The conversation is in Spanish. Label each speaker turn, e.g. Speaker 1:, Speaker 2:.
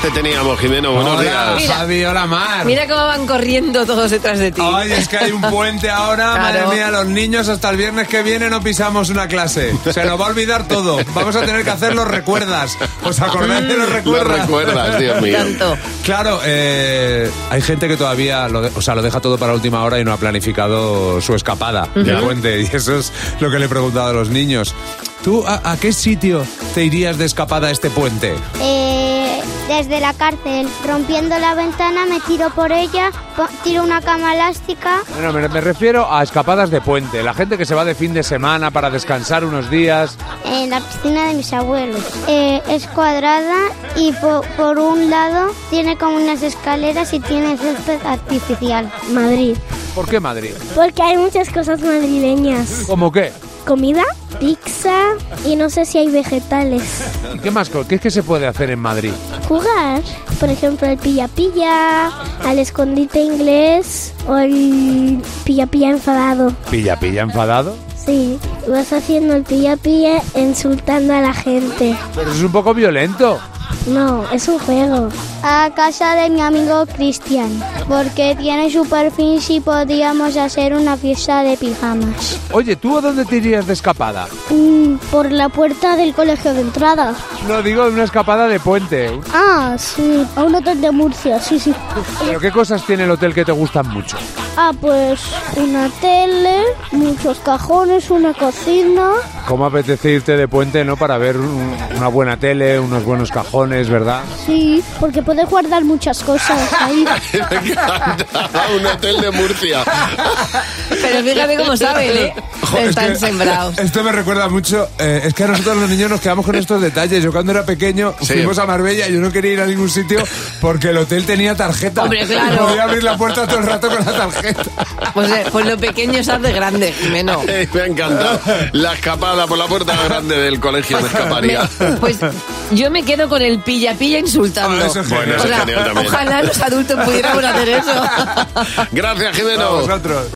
Speaker 1: te teníamos, Jimeno. Buenos
Speaker 2: Hola,
Speaker 1: días.
Speaker 2: Javi, hola, Mar.
Speaker 3: Mira cómo van corriendo todos detrás de ti.
Speaker 2: Ay, es que hay un puente ahora,
Speaker 3: Claro.
Speaker 2: madre mía, los niños hasta el viernes que viene no pisamos una clase. Se nos va a olvidar todo. Vamos a tener que hacer los recuerdas. ¿Os acordáis de los
Speaker 1: Lo
Speaker 2: recuerdas?
Speaker 1: recuerdas, Dios mío.
Speaker 3: Tanto.
Speaker 2: Claro, eh, hay gente que todavía lo, de- o sea, lo deja todo para última hora y no ha planificado su escapada del puente. Y eso es lo que le he preguntado a los niños. ¿Tú a, a qué sitio te irías de escapada a este puente?
Speaker 4: Eh, desde la cárcel, rompiendo la ventana, me tiro por ella, po- tiro una cama elástica.
Speaker 2: Bueno, me, me refiero a escapadas de puente, la gente que se va de fin de semana para descansar unos días.
Speaker 4: En la piscina de mis abuelos. Eh, es cuadrada y po- por un lado tiene como unas escaleras y tiene césped artificial. Madrid.
Speaker 2: ¿Por qué Madrid?
Speaker 4: Porque hay muchas cosas madrileñas.
Speaker 2: ¿Cómo qué?
Speaker 4: Comida, pizza y no sé si hay vegetales.
Speaker 2: ¿Qué más? co- ¿Qué es que se puede hacer en Madrid?
Speaker 4: Jugar, por ejemplo, el pilla-pilla, al escondite inglés o el pilla-pilla enfadado.
Speaker 2: ¿Pilla, pilla enfadado?
Speaker 4: Sí, vas haciendo el pilla-pilla insultando a la gente.
Speaker 2: Pero eso es un poco violento.
Speaker 4: No, es un juego. A casa de mi amigo Cristian, porque tiene super fin si podíamos hacer una fiesta de pijamas.
Speaker 2: Oye, ¿tú a dónde te irías de escapada?
Speaker 4: Mm, por la puerta del colegio de entrada.
Speaker 2: No, digo una escapada de puente.
Speaker 4: Ah, sí, a un hotel de Murcia, sí, sí.
Speaker 2: ¿Pero qué cosas tiene el hotel que te gustan mucho?
Speaker 4: Ah, pues una tele, muchos cajones, una cocina.
Speaker 2: ¿Cómo apetece irte de puente, no? Para ver un- una buena tele, unos buenos cajones, ¿verdad?
Speaker 4: Sí, porque puedes guardar muchas cosas ahí.
Speaker 1: Me encanta. Un hotel de Murcia.
Speaker 3: Pero fíjate cómo saben, ¿eh? Están sembrados.
Speaker 2: Pues Esto me recuerda mucho. eh, es que a nosotros los niños nos quedamos con estos detalles. Yo cuando era pequeño
Speaker 1: Sí.
Speaker 2: fuimos a Marbella y yo no quería ir a ningún sitio porque el hotel tenía tarjeta.
Speaker 3: Hombre, claro.
Speaker 2: Y podía abrir la puerta todo el rato con la tarjeta.
Speaker 3: Pues, eh, pues lo pequeño se hace grande, Jimeno.
Speaker 1: Eh, me ha encantado. La escapada por la puerta grande del colegio me escaparía.
Speaker 3: Me- pues yo me quedo con el pilla pilla insultando.
Speaker 2: Ah, eso es genial.
Speaker 1: Bueno, eso
Speaker 3: O
Speaker 1: es
Speaker 3: sea,
Speaker 1: genial también.
Speaker 3: ojalá los adultos pudiéramos hacer eso.
Speaker 1: Gracias,
Speaker 2: A
Speaker 1: Jimeno.
Speaker 2: vosotros.